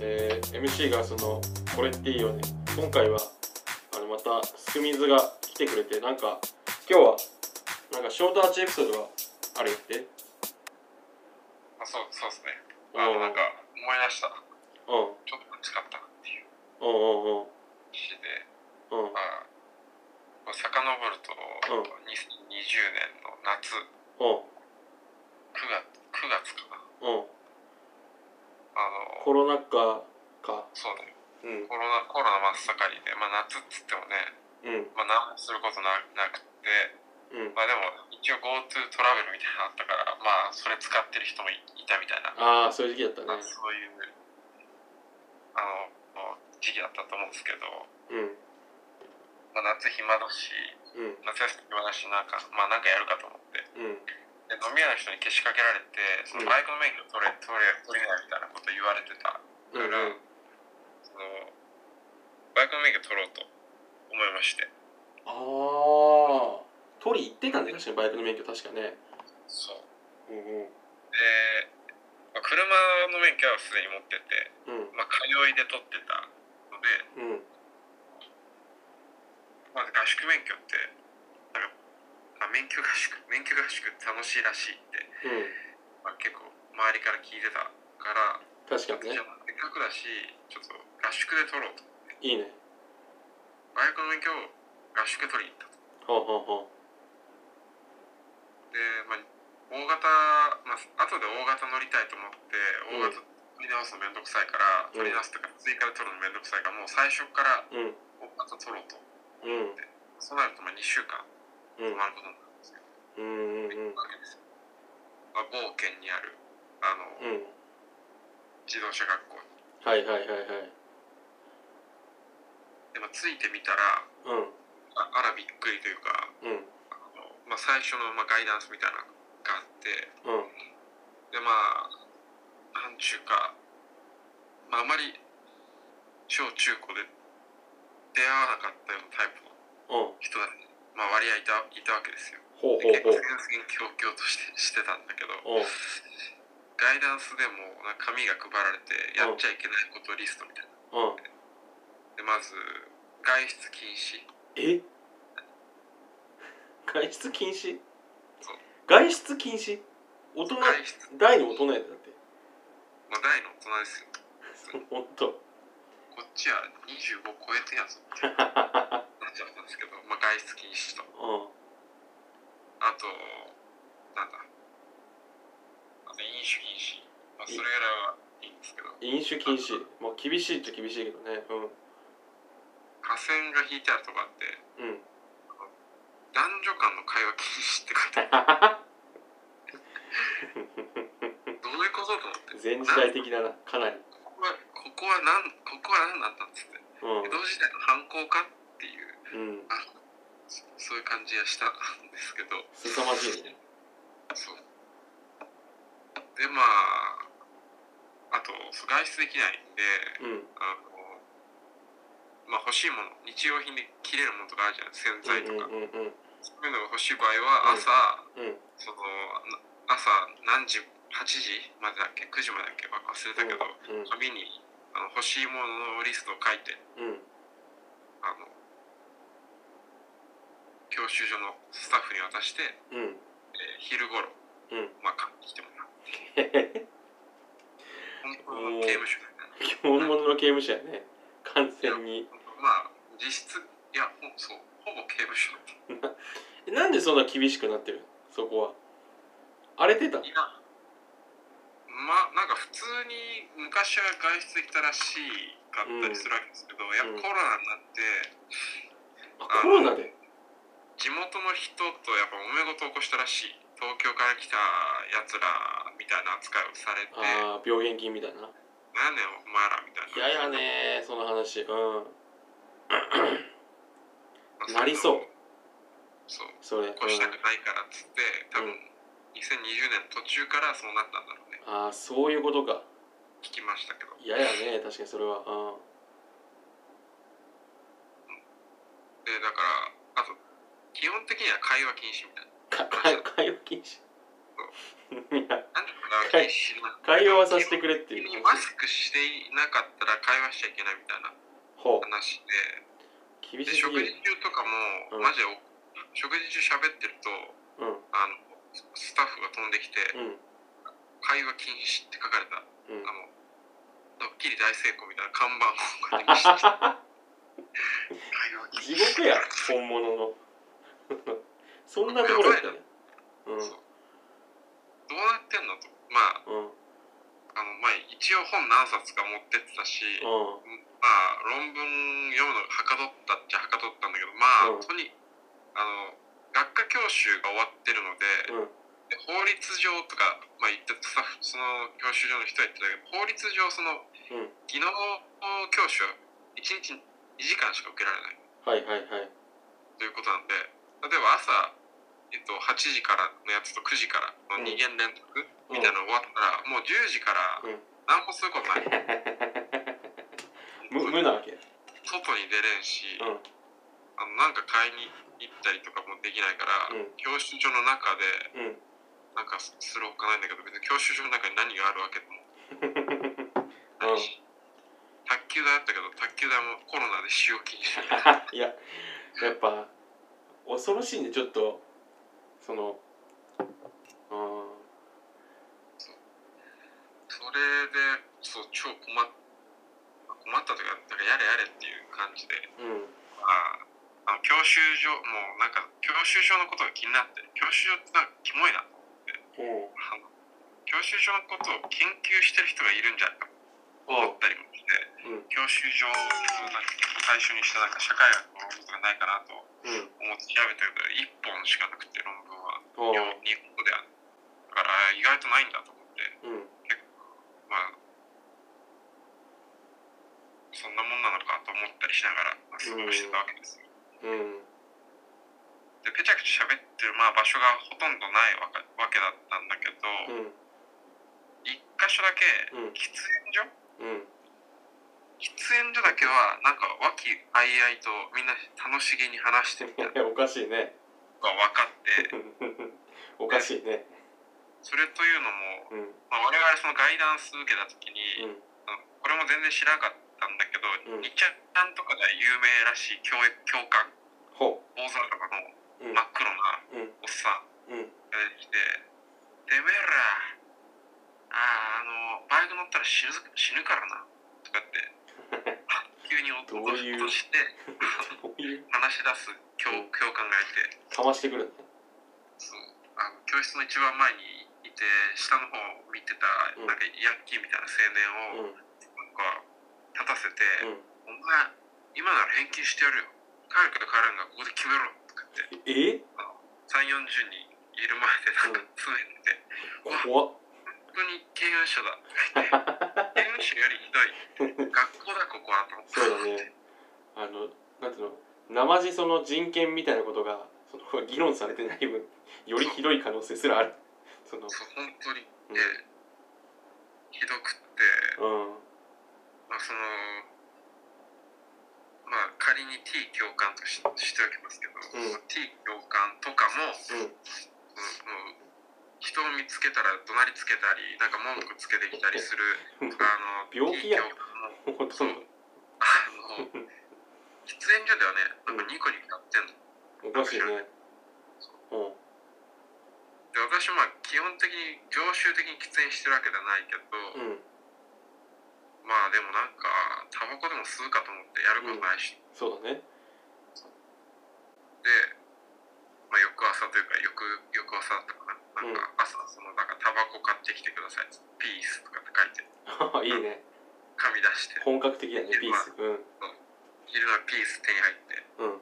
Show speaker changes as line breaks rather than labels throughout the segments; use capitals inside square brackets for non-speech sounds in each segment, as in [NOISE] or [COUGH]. えー MC がその「これっていいよね」今回はあのまたスクミズが来てくれてなんか今日はなんかショートアーチエピソードがあるって
あそうそうですねあのなんか思い出した
うん
ちょっと使ったなっていう
うんうんうん
詩で
うん
まあ遡ると
うん
2020年の夏
うん
9月9月かな
うん
あ
コ
の
ロナ禍か
そうだよ
うん
コロナコロナ真っ盛りで、まあ、夏っつってもね、
うん
まあ、何もすることななくて
うん
まあでも一応 GoTo トラベルみたいなのあったからまあそれ使ってる人もいいたみたいな
ああそういう時期だった
まあ
ね
そういうあの時期だったと思うんですけど、
うん
まあ、夏暇だし
うん
夏休み暇だしなんかまあなんかやるかと思って
うん
で飲み屋の人にけしかけられてそのバイクの免許取れ取れ取れないみたいなこと言われてた
う
から、
ん
そのバイクの免許取ろうと思いまして
ああ取り行ってたんだよ確かにバイクの免許確かね
そう
うん
で、まあ、車の免許はすでに持ってて、
うん
まあ、通いで取ってたので、
うん
まあ、合宿免許ってなんか、まあ、免許合宿免許合宿楽しいらしいって、
うん
まあ、結構周りから聞いてたから
確
じゃ
か
あ
にね
せっかくだしちょっと合宿で取ろうと
いいね
バイクの免許を合宿で取りに行ったと
ほうほうほ
で、まあ、大型、まあ後で大型乗りたいと思って大型取り直すのめんどくさいから、
うん
取り直すとか追加で取るのめんどくさいからもう最初から
ううん
大型取ろうと
うん
そうなるとまあ2週間
う
止
ん
まることになるん
うんうんう
ですけど、
ん
わけですよ、まあ、某県にあるあの、
うん
自動車学校に
はいはいはいはい
で、まあ、ついてみたら
うん
ああらびっくりというか
うん
あの、まあ、最初のまあガイダンスみたいなのがあって
うん
でまあなんちゅうか、まあ、あまり小中高で出会わなかったようなタイプ
う
の
ん
人だ、まあ、割合いたいたわけですよ
ほうほう
で結
ほ
構
う
戦々恐々としてしてたんだけど
うん
ガイダンスでもなんか紙が配られてやっちゃいけないことリストみたいな
うん
でまず外出禁止
え外出禁止
そう
外出禁止大人大の
外出
大人やでだって
まあ大の大人ですよ
[LAUGHS] ほんと
こっちは25超えてやぞってなっちゃったんですけど、まあ、外出禁止と
う
あとなんだあと飲酒禁止、まあ、それぐらいはいいんですけど
ん飲酒禁止まあ厳しいっちゃ厳しいけどね
河川が引いてあるとかって
うんうん
男女間の会話禁止って書いてあるどういうことと思って
全時代的だなかなり
ここはここは何ここは何だったんですって江戸時代の犯行かってい
うんう
う
ん
あそそういう感じがしたんですけど
凄まじいね
そうでまああとそう外出できない
う
んで
ん
あのまあ欲しいもの日用品で切れるものとかあるじゃない洗剤
う
と
ん
か、
うんうん
そういうのが欲しい場合は朝、
うん
そのな朝何時8時までだっけ9時までだっけ忘れたけど、
うん
紙にあの欲しいもののリストを書いて
うん
あの教習所のスタッフに渡して、
うんうん
えー昼頃、
うん
まあ買ってきてもらう本当の刑務所みたい
本物
な
の刑務所やね完全に
まあ実質いやほそうほぼ刑務所い
えなんでそんな厳しくなってるそこは荒れてた
やまあなんか普通に昔は外出できたらしいかったりするわけですけど、やっぱコロナ
あコロ
になって
ナで
地元の人とやっぱ揉め事を起こしたらしい東京から来たやつらみたいな扱いをされて
ああ病原菌みたいな
何やねんお前らみたい
嫌
な
やねその話うん
ま
な
あ
りそう
そう
それ、うん
起、こしたくないからっつって多
うん
分2020年の途中からそうなったんだろうね
ああそういうことか
聞きましたけど
嫌やね確かにそれは
でだからあと禁基本的には会話禁止みたいな。
か会会話禁止いや
なんで会話禁止なの
会話はさせてくれっていう
君マスクしていなかったら会話しちゃいけないみたいな
ほう
話
厳
でで
しす
食
ぎ
事
る
中とかも、
うん
マジでお食事中喋ってると
うん
あのスタッフが飛んできて
うん
「会話禁止」って書かれたあ
うん
のドッキリ大成功みたいな看板を
[LAUGHS]
見せてきて会
地
話禁止
獄や本物の [LAUGHS] そんなところやったねうん
そうどうなってんのとまあ
うん
あの、まあ、一応本何冊か持ってってたし、
うん
まあ論文読むのがはかどったっちゃはかどったんだけどまあ、
うん
とにあの学科教習が終わってるので,、
うん
で法律上とか、まあ、言ってたスタッフその教習所の人は言ってたけど法律上その
うん
技能教習は1日2時間しか受けられない
はいはいはい
ということなんで例えば朝、えっと、8時からのやつと9時からの2限連続みたいなの終わったら、もう10時から
うん
何もすることない、
無無なわけ
外に出れんし、
うん
あのなんか買いに行ったりとかもできないから、
うん
教習所の中で
うん
なんかするほかないんだけど別に教習所の中に何があるわけでもないし、卓球台あったけど卓球台もコロナで使用禁止
[LAUGHS] [LAUGHS] いややっぱ恐ろしいんでちょっとそのうん
それでそう超困っ困ったというかなんかやれやれっていう感じで、
うん
まあ、あの教習所もうなんか教習所のことが気になって教習所ってなんかキモいな
うん
あの教習所のことを研究してる人がいるんじゃないか
あ
思ったりもして、
うん
教習所をなんか最初にしたなんか社会学の論文がないかなと思
うん
って調べたけど1本しかなくて論文は
おう
日本日本語であるだから意外とないんだと思って
うん
まあそんなもんなのかと思ったりしながらまあ過ごしてたわけですよ、
うん
でペチャクチャ喋ってる、まあ、場所がほとんどないわかわけだったんだけ
うん
ど、一箇所だけ
うん
喫煙
うん
所喫煙所だけはなんか和気あいあいとみんな楽しげに話してみたいな
お
の
かしいね [LAUGHS]
が分かって
おかしいね
それというのも、
うん
まあ、我々そのガイダンス受けた時
うん
に、あのこれも全然知らなかったんだけど、
うん
日ちゃんとかで有名らしい教育教官
ほ
大沢とかの
ううん
真っ黒な
うん
おっさん
うん
が出てきて「てめえらあーあのバイク乗ったら死ぬ死ぬからな」とかって
[LAUGHS]
急に落と
どういう
脅して
こういう
話し出す教教官がいて。
かましてくるんだ
そうあの教室の一番前にいて下の方を見てた
うん
なんかヤンキーみたいな
うん
青年をなんか立たせて
うん
「お前今なら返金してやるよ帰るか帰らんかここで決めろ」とかって
え
3 4 0人いる前でなんか
うん
詰めてて
怖っ
「本当に刑務所だ」とか言って「刑務所よりひどい学校だここは」と思って
そうだねあのなんていうの生地その人権みたいなことがその議論されてない分 [LAUGHS] よりひどい可能性すらあるその
そう本当に、
うん
でひどくって
うん [LAUGHS]
まあそのまあ仮に T 教官とししておきますけど、
ん
T 教官とか
う
も,、
ん
もう人を見つけたら怒鳴りつけたりなんか文句つけてきたりするあの
病気や
T 教官も
ほと
そうんあの喫煙所ではねなんかニコニコやってんの。
どおかしいねうん
で私はまあ基本的に常習的に喫煙してるわけじゃないけ
う
ど、
ん
まあでもなんかタバコでも吸うかと思ってやることないし、
そうだね [LAUGHS]
で、まあ、翌朝というか翌翌朝だったかななんか朝そのなんかタバコ買ってきてくださいピースとかって書いて
いいね
紙出して
本格的だねピースうん
昼のピース手に入って
うん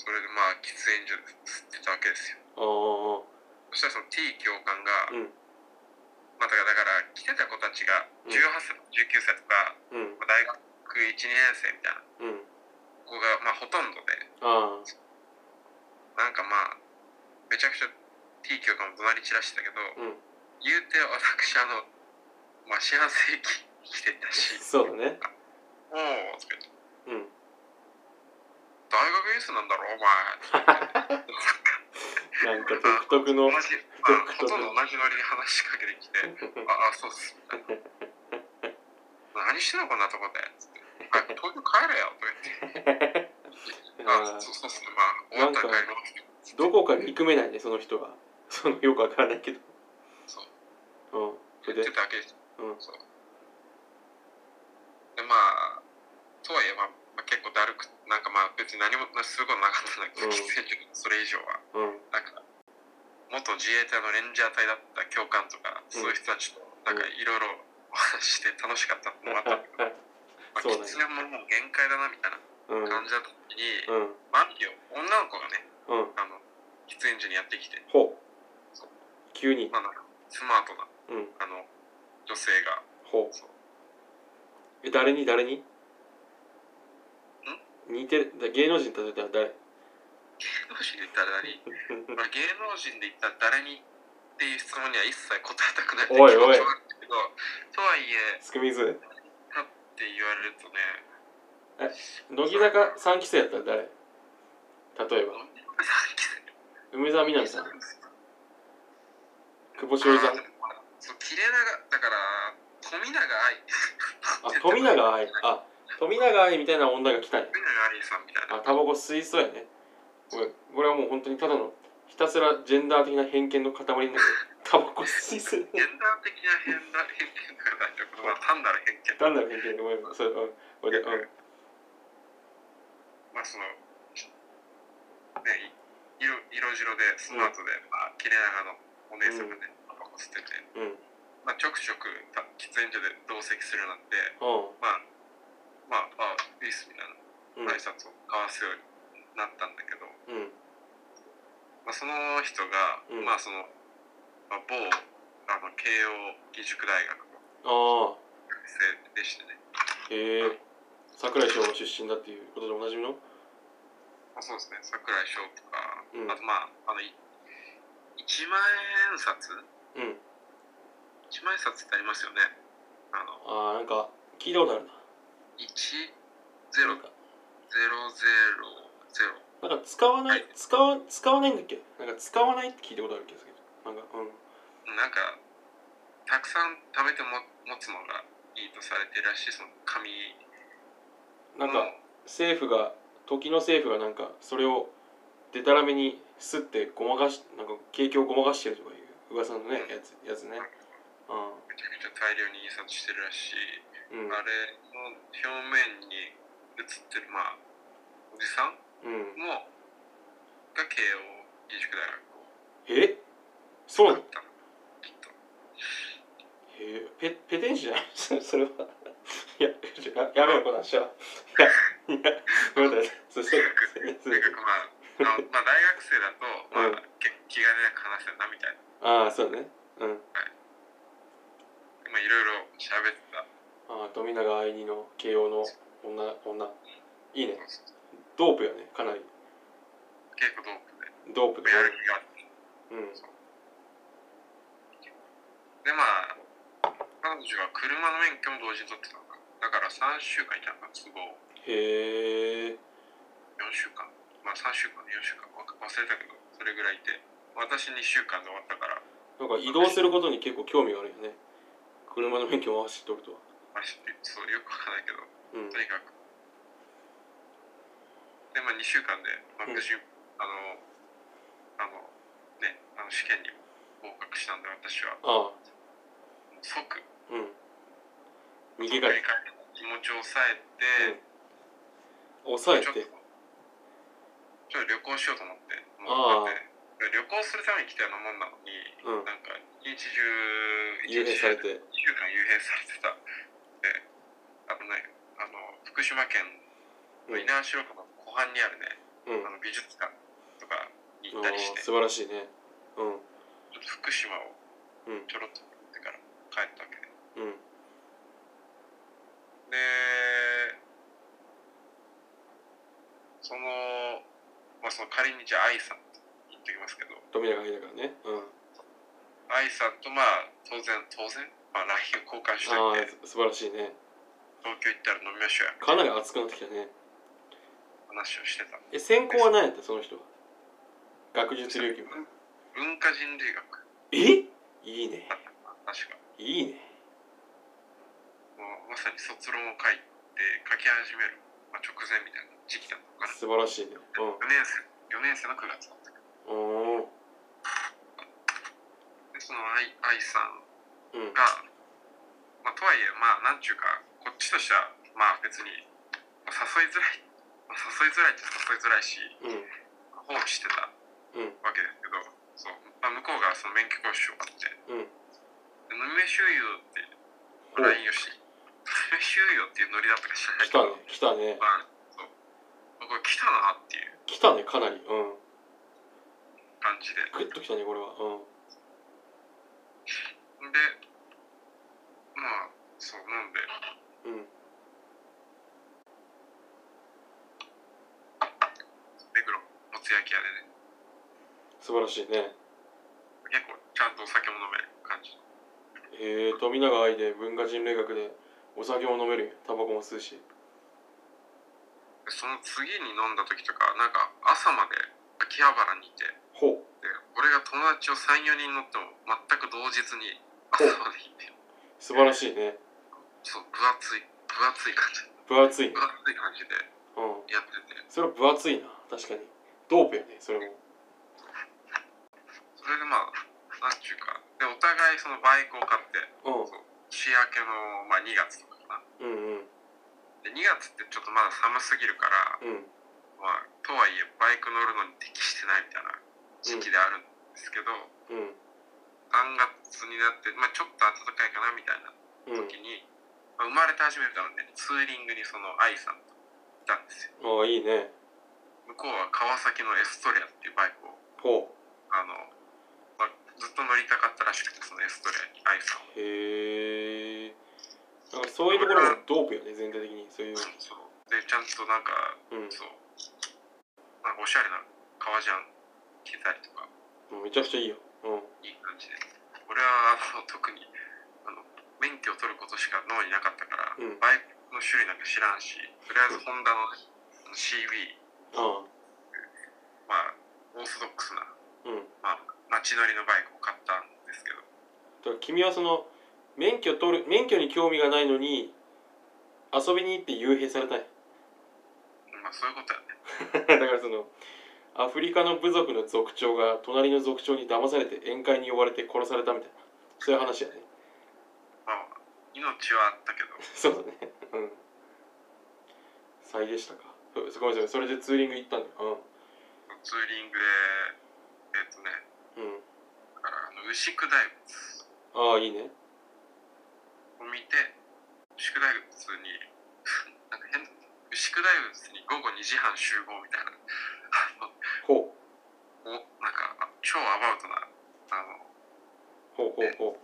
それでまあ喫煙所で吸ってたわけですよ
ああ
そしたらその T 教官が、
うん
まあ、だからだから来てた子たちが
うん
18歳とか19歳とか、
うん
まあ、大学12年生みたいな
うん
子がまあほとんどで
あ
なんかまあめちゃくちゃ T 教官も怒鳴り散らしてたけど、
あうん
言うて私あのまあ四半世紀生きてたし
そうだね
もうとか言って
うん
大学院センスなんだろお前
なん
なんか
か独特の [LAUGHS]
同じあほとんど同じノリで話しかけてきて「ああそうっす」みたいな「何してんのこんなとこで」つって「早く東京帰れよ」とか言って「あそうそうっすねまあ終わったら帰ります」
どこか憎めないねその人は [LAUGHS] そのよくわからないけど
そう
うんそ
言
れ
っ
で
てただけです
うん
そうでまあとはいえ、まあ、まあ結構だるくなんかまあ別に何もすることなかったんだけ
う
ど
ん
喫煙所でそれ以上は
うん
なんか元自衛隊のレンジャー隊だった教官とか
うん
そういう人たちとなんかいろいろお [LAUGHS] 話しして楽しかったのもあったんだ
[LAUGHS]
けど、まあ、
そう
喫
だね
煙ももう限界だなみたいな
うん
感じだった時に、
うん
まあ、ある日女の子がね
うん
あの喫煙所にやってきて、
ほう急に
まあ、なんかスマートな
うん
あの女性が [LAUGHS]
ほう
そう
え誰に誰に似てるだ芸能人例えたら誰 [LAUGHS]
芸能人で言ったら何まあ、芸能人で言ったら誰にっていう質問には一切答えたくないって気
おい
持
おい
ちはあるけどとはいえ
すくみず
かって言われるとね
乃木坂三期生やったら誰例えば梅沢みなみさん久保
そ
栞
う
里さん
切れ長だから富永愛
あ富永
富永
愛あ富永愛みたいな女が来たね
愛さんみたいな
あタバコ吸いそうやねこれこれはもう本当にただのひたすらジェンダー的な偏見の [LAUGHS] 塊になるタバコ吸いそう
[LAUGHS] ジェンダー的な変な偏見だから大丈夫まあ単なる偏見
単なる偏見で思いますそれうんこれでうん
まあそのね色色白でスマートで、まあ切れ長のお姉さんがね、タバコ吸ってて
うんうん
まあ、ちょくちょくた喫煙所で同席するようになって、まあ、まあ、あいいっすみたいな
うん
挨拶を交わすようになったんだけど、
うん
まあ、その人が、
うん
まあ、その、まあ、某あの慶応義塾大学
あ
の
あ
学生でしてね、
へえ桜井翔吾出身だっていうことでおなじみの
まあ、そうですね、桜井翔とか、
うん
あと、まあ、あの、い一万円札
うん
一万円札ってありますよね。あの、
ああなんか聞いたことあるな
一ゼ
なん
ロ
か
ゼロゼロゼロ。
なんか使わない使わ使わないんだっけなんか使わないって聞いたことある気がするけどなんかうん
なんかたくさん食べても持つのがいいとされてるらしいその紙
なん
の
か政府が時の政府がなんかそれをでたらめにすってごまかしなんか景気をごまかしてるとかいう噂のねやつやつね
めちゃくちゃ大量に印刷してるらしい、
うんうん
あれの表面に写ってるまあおじさん
うん
もが慶応義塾大
えそうなの
学だったのきっと
えペペテン師じゃない [LAUGHS] それはいやややめようこの話はいやいやごめんなさいそして
とにかくまああのまあ大学生だと、ま
うん
あ、結構気兼ねなく話せるなみたいな
ああそうねうん
まあいろいろ喋ってた
ああ富永愛理の慶応の女女いいね
結
ドープやねかなり
構ド
ド
ープで
ープで
やる気があって
うん
でまあ彼女は車の免許も同時に取ってたのかだから3週間いたのか都合
へえ
4週間まあ3週間4週間わか忘れたけどそれぐらいいて私2週間で終わったから、
なんか移動することに結構興味があるよね車の免許を走っておるとは
まあ、しそうよくわかんないけど
うん
とにかくでまあ2週間で、まあ、
うん
無事、あのあのねあの試験に合格したんで私は
ああ
もう即
うん逃げ返
繰
り
り返って気持ちを抑えて、
抑え
ちょっと
て
ちょっと旅行しようと思って
ああ
もうだって旅行するために来たようなもんなのに、
うん
なんか一日
幽
中
閉されて
1週間幽閉されてたであのねあの福島県
うん
の稲城市の湖畔にあるね、
うん
あの美術館とかに行
ああ
ったりしてち
素
ょ
晴らしいねうん
っと福島を
うん
ちょろっと行ってから帰ったわけで
うん
でその,、まあ、その仮にじゃあ愛さんと言っておきますけど
富永愛だからねうん
愛さんとまあ当然当然、まあ、LINE を交換し
あ
といて
あ素晴らしいね
東京行ったら飲みましょうや
かなり熱くなってきたね
話をしてた
え専攻は何やったその人は学術領域は
文化人類学
えいいね
だったかな確か
いいね
もうまさに卒論を書いて書き始める、まあ、直前みたいな時期だったのかな
素晴らしいね
4年生4年生の9月だったけど
うんおー
でその愛愛さん
うん
が、まあ、とはいえまあなんちゅうかこっちとしてはまあ別にまあ誘いづらい、まあ、誘いづらいって誘いづらいし
うん
放置してた
うん
わけですけど、そうまあ、向こうがその免許講習終わって
うん
「ノミメ収容」って
お
LINE をして「ノミメ収容」っていうノリだったか知らない
来たね来たね
まあそうまあこれ来たなっていう
来たねかなりうん
感じで
グッと来たねこれはうん
でまあそうなん
う
で
ん
目黒もつ焼き屋でね
素晴らしいね
結構ちゃんとお酒も飲める感じ
へえ富永愛で文化人類学でお酒も飲めるんやタバコも吸うし
でその次に飲んだ時とかなんか朝まで秋葉原にいて
ほう
で俺が友達を34人乗っても全く同日に朝までいて
素晴らしいね
そう分厚い分厚い感じ [LAUGHS]
分厚いね
分厚い感じで
うん
やってて
それは分厚いな確かにドープやねそれも
それでまあなんちゅうかでお互いそのバイクを買って
う
年明けの、まあ、2月とかかなん
うんうん
で2月ってちょっとまだ寒すぎるから
うん
まあ、とはいえバイク乗るのに適してないみたいな時期であるんですけど、
うん
3月になって、まあ、ちょっと暖かいかなみたいな
うん
時に、まあ、生まれて初めてなんで、ツーリングにその愛さんといたんですよ
ああいいね
向こうは川崎のエストレアっていうバイクを
ほ
あの、まあ、ずっと乗りたかったらしくてそのエストレアに愛さんを
うへえなんかそういうところもドープやね全体的にそういう
そうでちゃんとなんか
うん
そうなんかおしゃれな革ジャン着てたりとか
もうめちゃくちゃいいようん
いい感じで俺はあの特にあの免許を取ることしか脳になかったから、
うん
バイクの種類なんか知らんしとりあえずホンダのあの CB
ああ
まあオーソドックスな、
うん
まあ、街乗りのバイクを買ったんですけど
だから君はその免許取る免許に興味がないのに遊びに行って幽閉されたい [LAUGHS]
まあそういうことやね
だからそのアフリカの部族の族長が隣の族長に騙されて宴会に呼ばれて殺されたみたいなそういう話やね [LAUGHS]
まあ命はあったけど
そうだねうん最でしたかそごめんなさいそれでツーリング行ったんだよ
ツーリングでえっとね
うん、うん、
だからあの牛久大仏
ああいいね
を見て牛久大仏に [LAUGHS] なんか変な牛久大仏に午後2時半集合みたいなあの
ほう
おなんかあ超アバウトなあの
ほうほうほ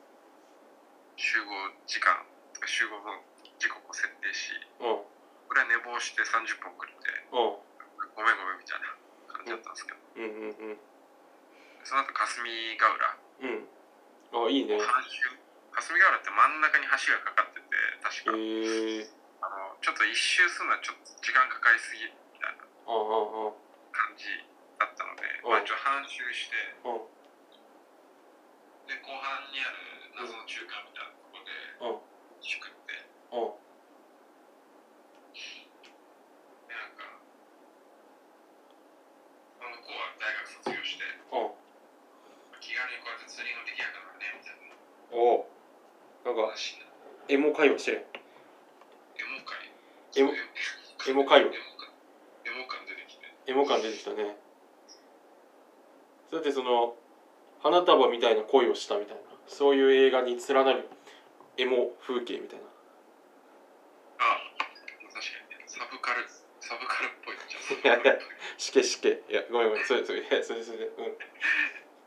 集合時間とか集合の時刻を設定し
ううん
俺は寝坊して30分遅れて
う
ごめんごめんみたいな感じだったんですけど、
んうんうん
その後霞ヶ浦
うんうんああいいね
半周霞ヶ浦って真ん中に橋がかかってて確
へ
か、
えー、
あのちょっと一周するのはちょっと時間かかりすぎるみたい
あ
な
あああ
感じだったので、
うん
まあ一応半周して
ああうん
で後半にある謎の中間みたいなところで
うん
宿って
うん
でなんかまあ向こうは大学卒業して
うん
気軽にこうやって釣りのできやかなねみたいな
おおなんか
話になって
エモ会話してる
エ
エ
モ会
モエモ会話
エモ感エモ感出てきて
エモ感出てきたねそれってその花束みたいな恋をしたみたいなそういう映画に連なるエモ風景みたいな
ああ確かにねサブカルサブカルっぽいじゃんサブカルっぽい
しけしけいやごめんごめんそれそれいやそれそれうん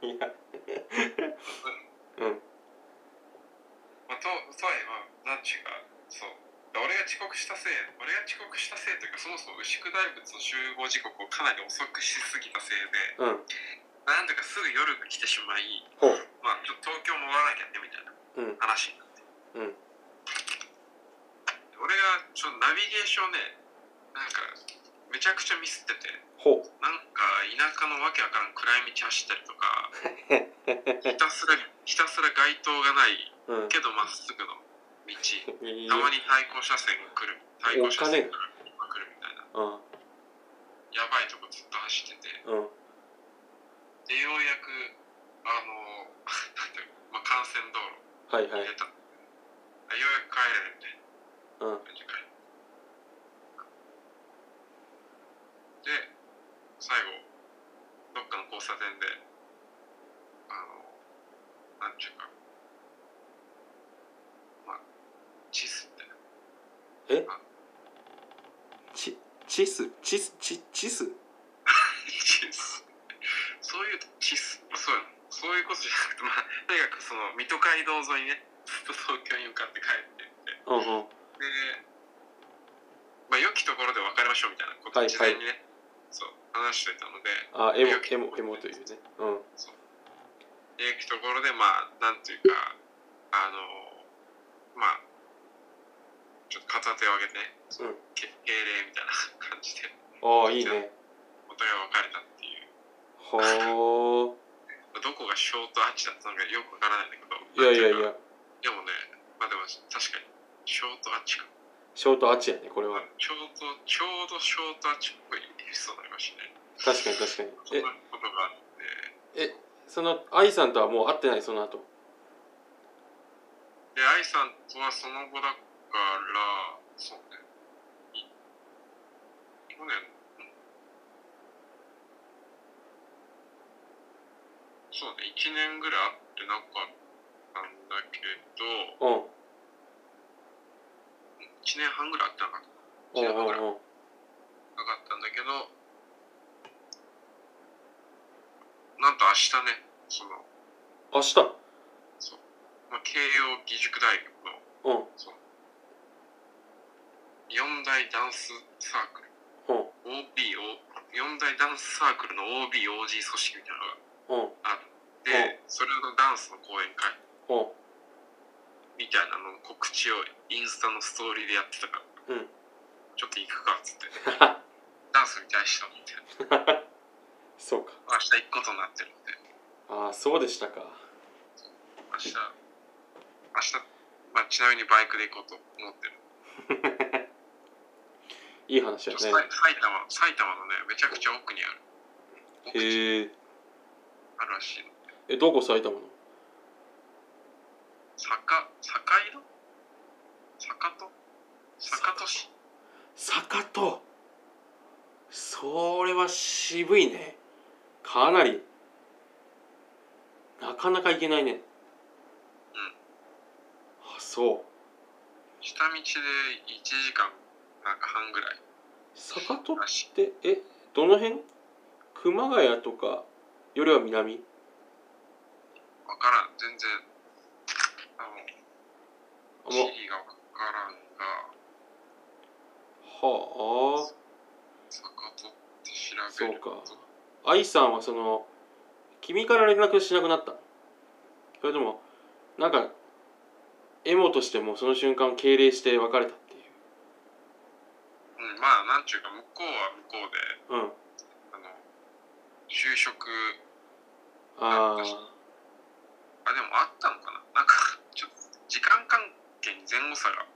いやうん
まあ、ととはいえまあなんちゅうかそう俺が遅刻したせい俺が遅刻したせいというかそもそも牛久大仏の集合時刻をかなり遅くしすぎたせいで
うん
なんとかすぐ夜が来てしまい
ほう
まあ、ちょっと東京戻らなきゃねみたい
うん
な話になって、
うん
俺がちょっとナビゲーションねなんかめめちゃくちゃミスってて
ほう
なんか田舎のわけわからん暗い道走ったりとかひたすらひたすら街灯がない
うん
けどまっすぐの道た
いい
まに対向車線が来る対向車線が来るみたいな
うん
やばいとこずっと走ってて
うん
でようやくあの [LAUGHS] なんていうの、まあ、幹線道路
はいはい
出た、あようやく帰れるみたいな
うん
で最後どっかの交差点であのなんていうかまあ地図みたいな
ちチスチスチチス
地図そういう地図まあそういうのそういうことじゃなくてまあとにかくその水戸街道沿いねずっと東京に向かって帰ってって
うんうん
で、まあ、良きところで別れましょうみたいなことを
はい
事前にね、そう話してたの
あ
で
エモエモエモというねうん
で良きところでまあなんていうかあのまあちょっと片手を上げてね、
うん
け敬礼みたいな [LAUGHS] 感じで
ああいいね
お互い別れたってい
は
うまあどこがショートアーチだったのかよくわからないんだけど
あいやいやい
なんていうか
や
でもねまあでも確かにショートアーチか
ショートアーチやねこれは
ちょうどちょうどショートアーチっぽいエピソードありましたね
確かに確かに
そんなことがあって
ええその愛さんとはもう会ってないその後
で、愛さんとはその後だから、そうね。い去年、うんそうね、1年ぐらい会ってなかったんだけど、
うん
1年半ぐらい会ってなかった。
うん
違う
う
から
んうん
なかったんだけど、なんと明日ね、その、
明日
まあ、慶応義塾大学
うん
の
うん
四大ダンスサークル。
うん
OB を四大ダンスサークルの OBOG 組織みたいなの
うん
があって、それのダンスの講演会
うん
みたいなのの告知をインスタのストーリーでやってたか
う
ら、
ん
ちょっと行くかっつって
[LAUGHS] はは
ダンスに対してみたいな
そうか
明日行くことになってるので
ああそうでしたか
明日明日、まあ、ちなみにバイクで行こうと思ってる、
いい話
ち
や
ょ
ね
さい埼玉埼玉のねめちゃくちゃ奥にある奥に
へえ
あるらしいの
えどこ埼玉の
坂坂井戸坂戸坂戸市
坂戸それは渋いねかなりなかなか行けないねうんあそう
下道で1時間なんか半ぐらい
坂戸っ
らしい
てえどの辺熊谷とかよりは南
わからん全然あの
あ
地
もう
理がわからんが
はあ
坂戸って
そ
調べ
う
る
か
と
愛さんはその君から連絡しなくなったそれともなんかエモとしてもその瞬間敬礼して別れたっていう
うん、まあなんちゅうか向こうは向こうで
うん
あの就職
あ
なんかあでもあったのかななんかちょっと時間関係に前後差が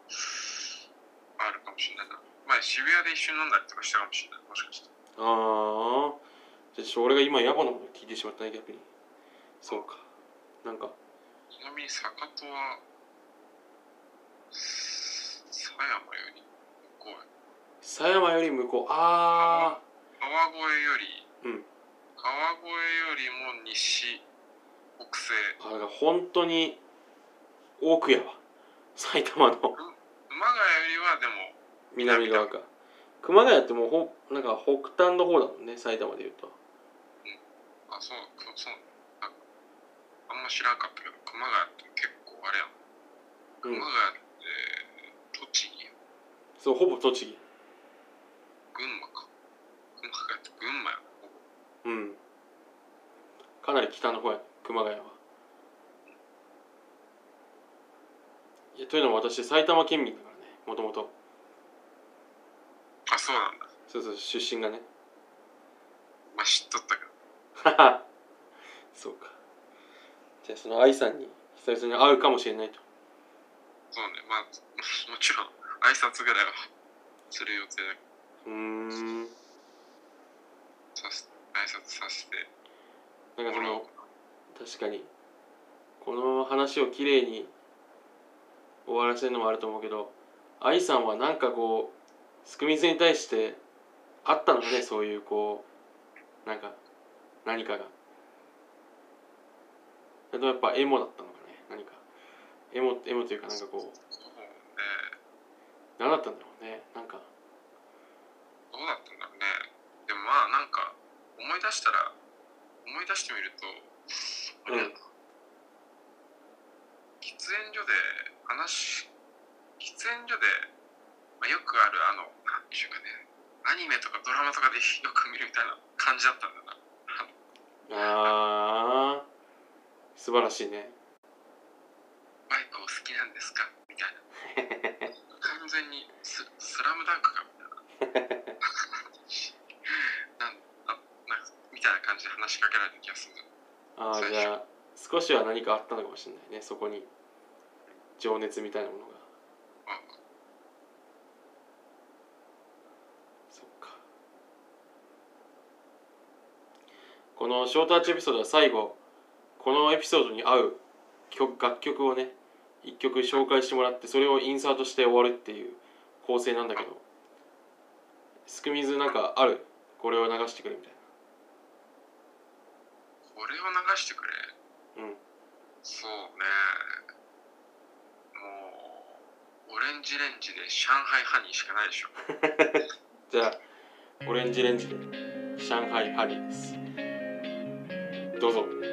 あるかもしれないな前渋谷で一緒に飲んだりとかしたかもしれないもしかして
あああじゃあちょ俺が今野暮なこと聞いてしまったね逆にそうかなんか
ちなみに坂戸は狭山より向こうや
狭山より向こうあ
川越よ
う
り、
ん
川越よりも西北西
ーあだから本当に奥やわ埼玉の
熊谷よりはでも
南側か熊谷ってもうほなんか北端の方だもんね埼玉でいうと
あそうくそうなんかあんま知らんかったけど熊谷って結構あれやん
うん
熊谷って栃木やん
そうほぼ栃木
群馬か熊谷って群馬やんほぼ
うんかなり北の方や熊谷はいやというのも私埼玉県民だからねもともと
あそうなんだ
そうそう出身がね [LAUGHS]
まあ知っとったけど
そうかじゃあその愛さんに久々に会うかもしれないと
そうねまあ [LAUGHS] もちろん挨拶ぐらいはする予定だけど
うーん
さす挨拶させて
なんかそ
もらお
の
う
確かにこのまま話をきれいに終わらせるのもあると思うけど愛さんはなんかこうすくみずに対してあったのかねそういうこうなんか何かがそれともやっぱエモだったのかね何かエモエモというかなんかこう
そうね
何だったんだろうねなんか
どうだったんだろうねでもまあなんか思い出したら思い出してみるとあれだな喫煙所で話喫煙所で、まあ、よくあるあの何でしょうかねアニメとかドラマとかでよく見るみたいな感じだったんだな
ああ素晴らしいね
バイクお好きなんですかみたいな完全にススラムダンクかみたいななんあなんかみたいな感じで話しかけられた気がするんだ
ああ
最
じ
初
ゃあ少しは何かあったのかもしれないねそこに情熱みたいなものがそっかこのショートアーチエピソードは最後このエピソードに合う曲楽曲をね一曲紹介してもらってそれをインサートして終わるっていう構成なんだけどすくみずなんかあるこれを流してくれみたい
これを流してくれ
なうん
そうねもうオレンジレンジで上海ハニーしかないでしょ
じゃあ、オレンジレンジで、上海ハリーです。どうぞ。